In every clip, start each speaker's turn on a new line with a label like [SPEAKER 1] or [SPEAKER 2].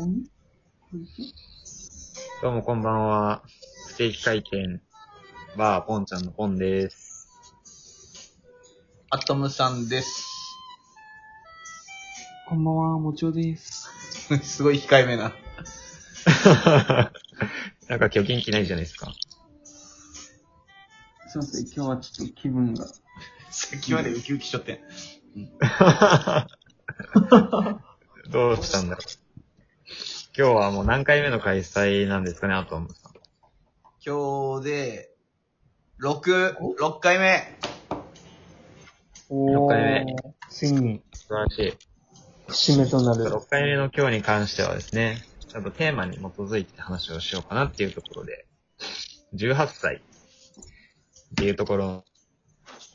[SPEAKER 1] ん
[SPEAKER 2] どうもこんばんは。不定期会見、バーポンちゃんのポンです。
[SPEAKER 3] アトムさんです。
[SPEAKER 1] こんばんは、もちおです。
[SPEAKER 3] すごい控えめな。
[SPEAKER 2] なんか今日元気ないじゃないですか。
[SPEAKER 1] すいません、今日はちょっと気分が。
[SPEAKER 3] さっきまでウキウキしちゃってん。
[SPEAKER 2] どうしたんだろう。今日はもう何回目の開催なんですかね、アトムさん。
[SPEAKER 3] 今日で、6、6回目。
[SPEAKER 2] おー了解
[SPEAKER 1] ついに、
[SPEAKER 2] 素晴らしい。
[SPEAKER 1] 節目となる。
[SPEAKER 2] 6回目の今日に関してはですね、ちょっとテーマに基づいて話をしようかなっていうところで、18歳っていうところの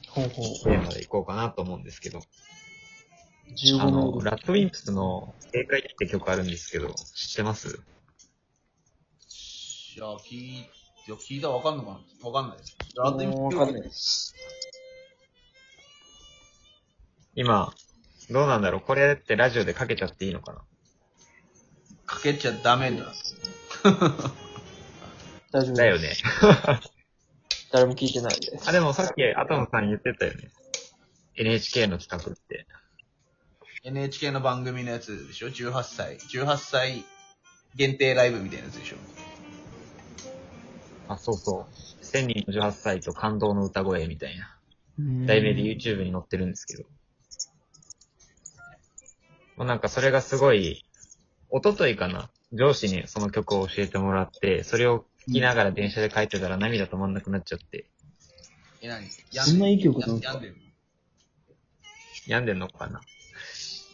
[SPEAKER 1] ほうほう。
[SPEAKER 2] テーマでいこうかなと思うんですけど、あ
[SPEAKER 1] 15
[SPEAKER 2] の、
[SPEAKER 1] の
[SPEAKER 2] ラッドウィンプスの正解って曲あるんですけど、知ってます
[SPEAKER 3] いや、聞い、いや聞いたらわかんのかなわかんないです。ラ
[SPEAKER 1] あ
[SPEAKER 3] ッドイン
[SPEAKER 1] わかんないです。
[SPEAKER 2] 今、どうなんだろうこれってラジオでかけちゃっていいのかな
[SPEAKER 3] かけちゃダメだ。
[SPEAKER 1] 大丈夫
[SPEAKER 2] だ
[SPEAKER 1] で
[SPEAKER 2] よ
[SPEAKER 1] す。
[SPEAKER 2] ね。
[SPEAKER 1] 誰も聞いてないです。
[SPEAKER 2] あ、でもさっきアトムさん言ってたよね。NHK の企画って。
[SPEAKER 3] NHK の番組のやつでしょ ?18 歳。18歳限定ライブみたいなやつでしょ
[SPEAKER 2] あ、そうそう。千人の18歳と感動の歌声みたいな。題
[SPEAKER 1] 題
[SPEAKER 2] 名で YouTube に載ってるんですけど。もうなんかそれがすごい、一昨日かな。上司にその曲を教えてもらって、それを聴きながら電車で帰ってたら涙止まんなくなっちゃって。
[SPEAKER 3] え、なに
[SPEAKER 1] そんないい曲なんですか
[SPEAKER 3] 病んでる。
[SPEAKER 2] 病んでんのかない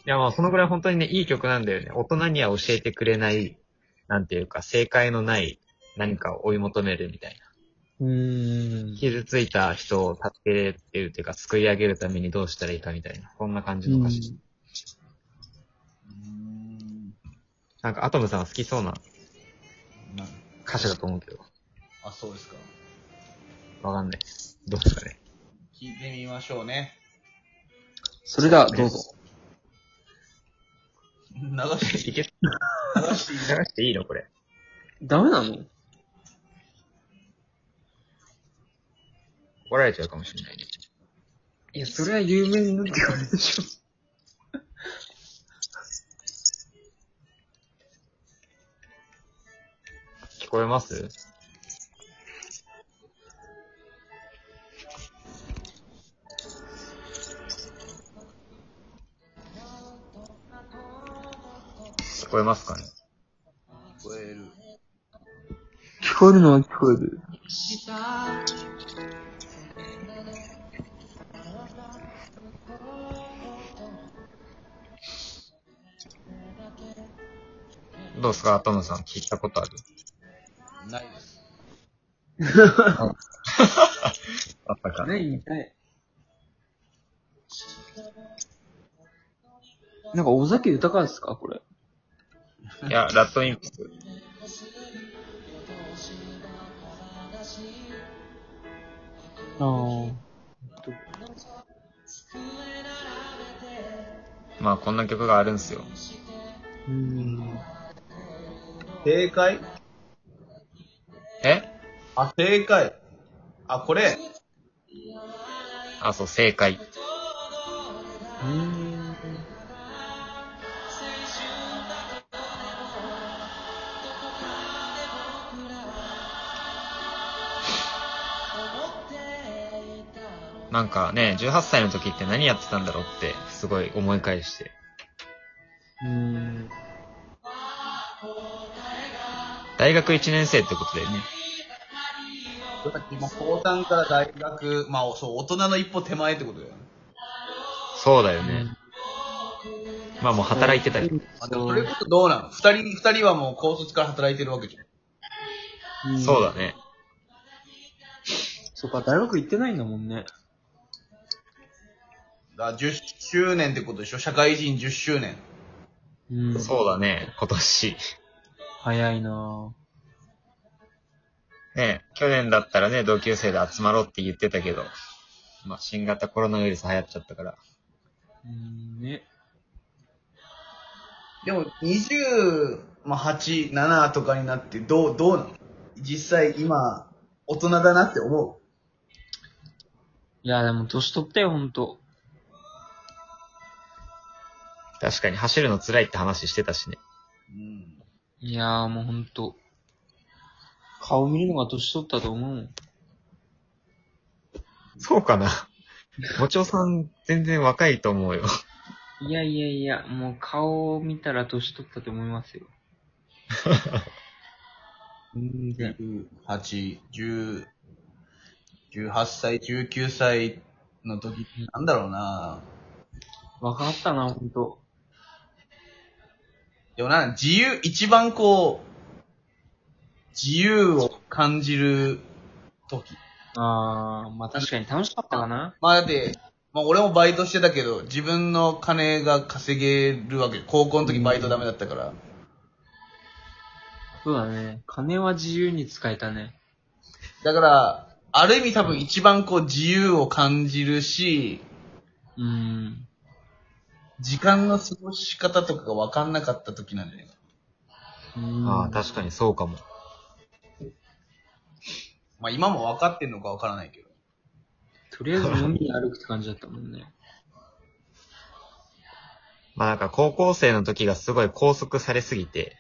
[SPEAKER 2] や、まあ、そのぐらい本当にね、いい曲なんだよね。大人には教えてくれない、なんていうか、正解のない何かを追い求めるみたいな。
[SPEAKER 1] うーん。
[SPEAKER 2] 傷ついた人を助けれてるっていうか、救い上げるためにどうしたらいいかみたいな。そんな感じの歌詞。
[SPEAKER 3] う
[SPEAKER 2] なんか、アトムさんは好きそうな
[SPEAKER 3] ーんな
[SPEAKER 2] 歌詞だと思うけど、
[SPEAKER 3] あ、そうですか。
[SPEAKER 2] わかんないです。どうですかね。
[SPEAKER 3] 聞いてみましょうね。
[SPEAKER 1] それでは、どうぞ。
[SPEAKER 3] 流して、
[SPEAKER 2] いけ、流
[SPEAKER 3] 流していい
[SPEAKER 2] していいのこれ。
[SPEAKER 1] ダメなの
[SPEAKER 2] 怒られちゃうかもしれないね。
[SPEAKER 1] いや、それは有名になってからでしょ。
[SPEAKER 2] 聞こえます聞こえますかね
[SPEAKER 3] 聞こえる。
[SPEAKER 1] 聞こえるのは聞こえる。
[SPEAKER 2] どうですかアトムさん聞いたことある
[SPEAKER 3] ないです。
[SPEAKER 2] あったか
[SPEAKER 1] ね、言いたい。なんか、尾崎豊ですかこれ。
[SPEAKER 2] いや、ラットインプス。
[SPEAKER 1] ああ。
[SPEAKER 2] まあ、こんな曲があるんすよ。
[SPEAKER 1] うん。
[SPEAKER 3] 正解
[SPEAKER 2] え
[SPEAKER 3] あ、正解。あ、これ。
[SPEAKER 2] あ、そう、正解。なんかね、18歳の時って何やってたんだろうって、すごい思い返して。
[SPEAKER 1] うん。
[SPEAKER 2] 大学1年生ってことだよね。
[SPEAKER 3] 今、高3から大学、まあ、そう、大人の一歩手前ってことだよね。
[SPEAKER 2] そうだよね。まあもう働いてたり。
[SPEAKER 3] あ、でもそれこそどうなの二人、二人はもう高卒から働いてるわけじゃん。
[SPEAKER 2] そうだ。ね。
[SPEAKER 1] そっか、大学行ってないんだもんね。
[SPEAKER 3] だ10周年ってことでしょ社会人10周年。
[SPEAKER 1] うん
[SPEAKER 2] そうだね、今年。
[SPEAKER 1] 早いな
[SPEAKER 2] ね、去年だったらね、同級生で集まろうって言ってたけど、まあ新型コロナウイルス流行っちゃったか
[SPEAKER 1] ぁ。
[SPEAKER 2] ら。
[SPEAKER 1] うん、ね。
[SPEAKER 3] でも、20、まあ、8、7とかになって、どう、どうなの実際今、大人だなって思
[SPEAKER 1] いや、でも年取ったよ、ほんと。
[SPEAKER 2] 確かに走るの辛いって話してたしね。
[SPEAKER 3] う。うん。
[SPEAKER 1] いやーもうほんと。顔見るのが年取ったと思うもん。
[SPEAKER 2] そうかな。もちおさん、全然若いと思うよ。
[SPEAKER 1] いやいやいや、もう顔を見たら年取ったと思います よ。全然。
[SPEAKER 3] 8、10、18歳、19歳の時、なんだろうな
[SPEAKER 1] 若かったな、ほんと。
[SPEAKER 3] でもな、自由、一番こう、自由を感じる時。
[SPEAKER 1] あー、まあ確かに楽しかったかな。
[SPEAKER 3] まあだって、まあ俺もバイトしてたけど、自分の金が稼げるわけ。高校の時バイトダメだったから。
[SPEAKER 1] そうだね。金は自由に使えたね。
[SPEAKER 3] だから、ある意味多分一番こう自由を感じるし、
[SPEAKER 1] うーん。
[SPEAKER 3] 時間の過ごし方とかが分かんなかった時なんじゃないか。
[SPEAKER 1] うーん
[SPEAKER 2] ああ、確かにそうかも。
[SPEAKER 3] まあ今も分かってんのか分からないけど。
[SPEAKER 1] とりあえず飲みに歩くって感じだったもんね。
[SPEAKER 2] まあなんか高校生の時がすごい拘束されすぎて、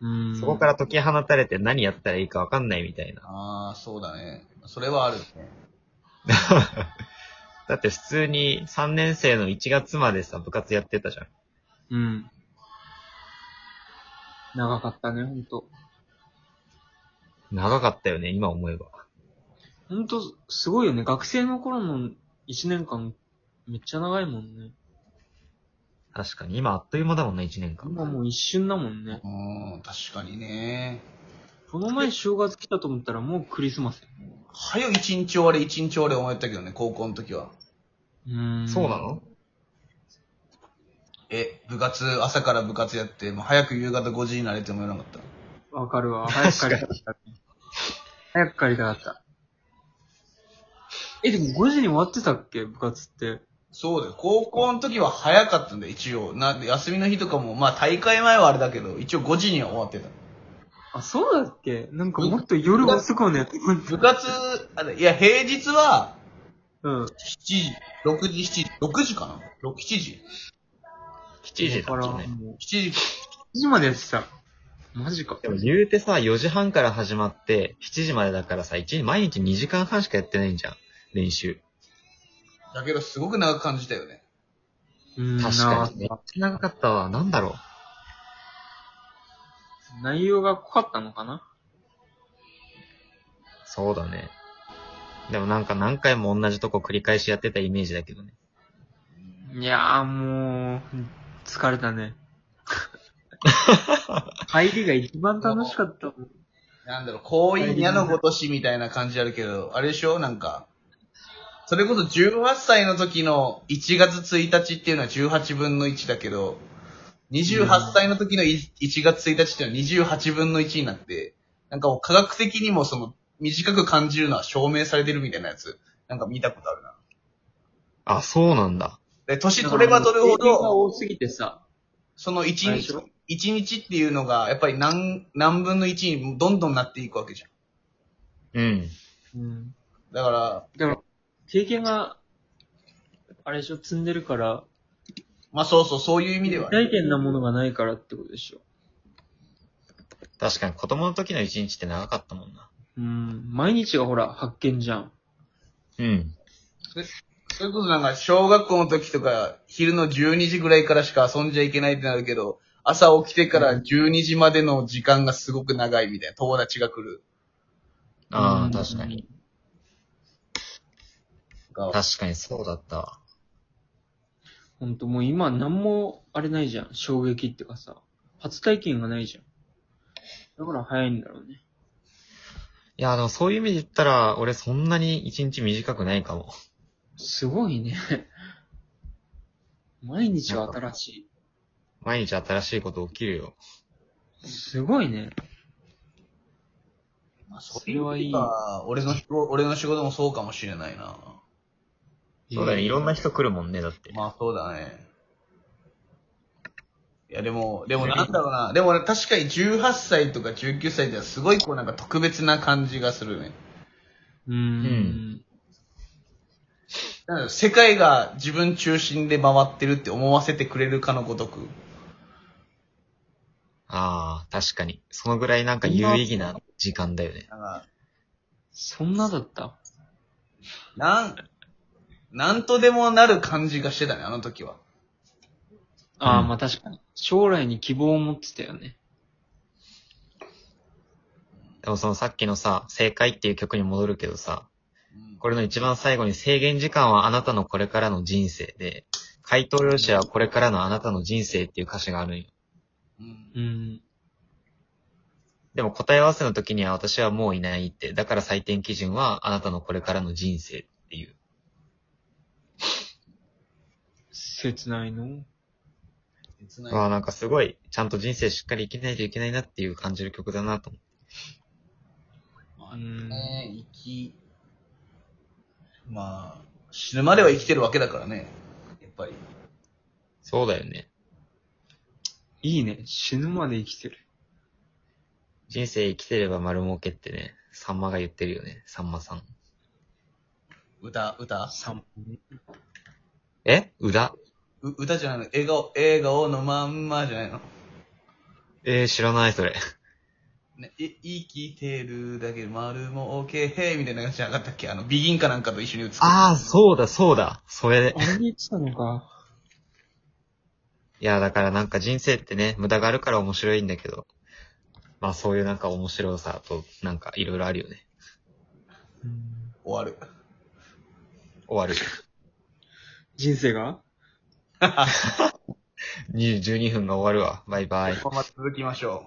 [SPEAKER 1] うーん。
[SPEAKER 2] そこから解き放たれて何やったらいいかわかんないみたいな。
[SPEAKER 3] ああ、そうだね。それはあるね。
[SPEAKER 2] だって普通に3年生の1月までさ、部活やってたじゃん。
[SPEAKER 1] うん。長かったね、ほんと。
[SPEAKER 2] 長かったよね、今思えば。
[SPEAKER 1] ほんと、すごいよね。学生の頃の1年間、めっちゃ長いもんね。
[SPEAKER 2] 確かに、今あっという間だもんね、1年間。
[SPEAKER 1] 今もう一瞬だもんね。
[SPEAKER 3] うん、確かにね。
[SPEAKER 1] この前正月来たと思ったらもうクリスマス。
[SPEAKER 3] はよ一日終わり一日終わり思ったけどね、高校の時は。
[SPEAKER 1] うーん。
[SPEAKER 2] そうなの
[SPEAKER 3] え、部活、朝から部活やって、もう早く夕方5時になれてもよなかった。
[SPEAKER 1] わかるわ。早く帰りたかった。早く帰りたかった。え、でも5時に終わってたっけ部活って。
[SPEAKER 3] そうだよ。高校の時は早かったんだよ、一応。なんで、休みの日とかも、まあ大会前はあれだけど、一応5時には終わってた。
[SPEAKER 1] あ、そうだっけなんかもっと夜遅くまでやってくん
[SPEAKER 3] 部活、あれ、いや、平日は、
[SPEAKER 1] うん。7
[SPEAKER 3] 7時、6時、7時、6時かな ?6、7時。
[SPEAKER 2] ?7 時だ
[SPEAKER 1] か
[SPEAKER 2] っ
[SPEAKER 1] ら、
[SPEAKER 2] たね。
[SPEAKER 1] もう
[SPEAKER 3] 7時、
[SPEAKER 1] 7時までやってた。マジか
[SPEAKER 2] で。も言うてさ、4時半から始まって、7時までだからさ、1日毎日2時間半しかやってないんじゃん。練習。
[SPEAKER 3] だけどすごく長く感じたよね。
[SPEAKER 1] うん
[SPEAKER 2] 確
[SPEAKER 1] な
[SPEAKER 2] かに。めっちゃ長かったわ。なんだろう。
[SPEAKER 1] 内容が濃かったのかな
[SPEAKER 2] そうだね。でもなんか何回も同じとこ繰り返しやってたイメージだけどね。
[SPEAKER 1] いやーもう、疲れたね。入りが一番楽しかったもん。
[SPEAKER 3] なんだろう、行員矢のごとしみたいな感じあるけど、あれでしょなんか、それこそ18歳の時の1月1日っていうのは18分の1だけど、28歳の時のい1月1日っていうのは28分の1になって、なんかもう科学的にもその短く感じるのは証明されてるみたいなやつ、なんか見たことあるな。
[SPEAKER 2] あ、そうなんだ。
[SPEAKER 3] で、年取れば取る
[SPEAKER 1] 制限
[SPEAKER 3] ほ
[SPEAKER 1] が
[SPEAKER 3] ど、
[SPEAKER 1] 多すぎてさ。
[SPEAKER 3] その
[SPEAKER 1] あ
[SPEAKER 3] 1
[SPEAKER 1] れでし
[SPEAKER 3] 日
[SPEAKER 1] ょ、
[SPEAKER 3] 一日っていうのがやっぱり何、何分の1にどんどんなっていくわけじゃん。
[SPEAKER 2] うん。
[SPEAKER 1] うん。
[SPEAKER 3] だから、
[SPEAKER 1] だから、経験が、あれでしょ、積んでるから、
[SPEAKER 3] まあそうそう、そういう意味ではね。
[SPEAKER 1] 大験なものがないからってことでしょ。
[SPEAKER 2] 確かに子供の時の1日って長かったもんな。
[SPEAKER 1] うん。毎日がほら、発見じゃん。
[SPEAKER 2] うん。
[SPEAKER 3] それこそなんか、小学校の時とか、昼の12時ぐらいからしか遊んじゃいけないってなるけど、朝起きてから12時までの時間がすごく長いみたいな、友達が来る。
[SPEAKER 1] うん
[SPEAKER 2] ああ、確かに。。
[SPEAKER 3] が
[SPEAKER 2] 確かにそうだったわ。
[SPEAKER 1] ほんと、もう今、なんも、あれないじゃん。衝撃ってかさ。初体験がないじゃん。だから早いんだろうね。
[SPEAKER 2] いや、でもそういう意味で言ったら、俺そんなに1日短くないかも。
[SPEAKER 1] すごいね。 毎日が新し
[SPEAKER 2] 毎日新しいこと起きるよ。
[SPEAKER 1] い。すごいね。
[SPEAKER 3] まあ
[SPEAKER 1] そ
[SPEAKER 3] そ
[SPEAKER 1] れはいい
[SPEAKER 3] れは俺の仕事、俺の仕事もそうかもしれないな。
[SPEAKER 2] そうだね、いろんな人来るもんね、だって。
[SPEAKER 3] まあそうだね。いや、でも、でもなんだろうな。でも俺確かに18歳とか19歳ではすごいこうなんか特別な感じがするね。
[SPEAKER 1] うーん。
[SPEAKER 3] なんか世界が自分中心で回ってるって思わせてくれるかのごとく。
[SPEAKER 2] ああ、確かに。そのぐらいなんか有意義な時間だよね。
[SPEAKER 3] なんか
[SPEAKER 1] そんなだった
[SPEAKER 3] なん、なんとでもなる感じがしてたね、あの時は。
[SPEAKER 1] ああ、
[SPEAKER 2] うん
[SPEAKER 1] まあ確かに。将来に希望を持ってたよね。
[SPEAKER 2] でもそのさっきのさ、正解っていう曲に戻るけどさ、
[SPEAKER 3] うん
[SPEAKER 2] これの一番最後に制限時間はあなたのこれからの人生で、回答用紙はこれからのあなたの人生っていう歌詞があるんよ。
[SPEAKER 3] うん
[SPEAKER 1] うん。
[SPEAKER 2] でも答え合わせの時には私はもういないって、だから採点基準はあなたのこれからの人生っていう。
[SPEAKER 1] 切ないの。
[SPEAKER 3] 切
[SPEAKER 2] わ
[SPEAKER 3] ない
[SPEAKER 2] あなんかすごい、ちゃんと人生しっかり生きないといけないなっていう感じる曲だなと思
[SPEAKER 1] う
[SPEAKER 2] って。
[SPEAKER 1] ん。
[SPEAKER 3] ね。生き、まあ、死ぬまでは生きてるわけだからね。やっぱり。
[SPEAKER 2] そうだよね。
[SPEAKER 1] いいね。死ぬまで生きてる。
[SPEAKER 2] 人生生きてれば丸儲けってね、さんまが言ってるよね。さんまさん。
[SPEAKER 3] 歌、歌
[SPEAKER 1] 散歩ね
[SPEAKER 2] え裏
[SPEAKER 3] う歌じゃないの笑顔、笑顔のまんまじゃないの
[SPEAKER 2] えー、知らないそれ。
[SPEAKER 3] ね、い生きてるだけで丸も OK、へーみたいな感じじゃなかったっけあの、ビギンかなんかと一緒に映って。
[SPEAKER 2] ああ、そうだ、そうだ。それで
[SPEAKER 1] あ。れに言ってたのか。
[SPEAKER 2] いや、だからなんか人生ってね、無駄があるから面白いんだけど、まあそういうなんか面白さと、なんかいろいろあるよね。
[SPEAKER 1] うん
[SPEAKER 3] 終わる。
[SPEAKER 2] 終わる。
[SPEAKER 1] 人生が
[SPEAKER 2] 12分が終わるわ。バイバイ。
[SPEAKER 3] このまま続きましょう。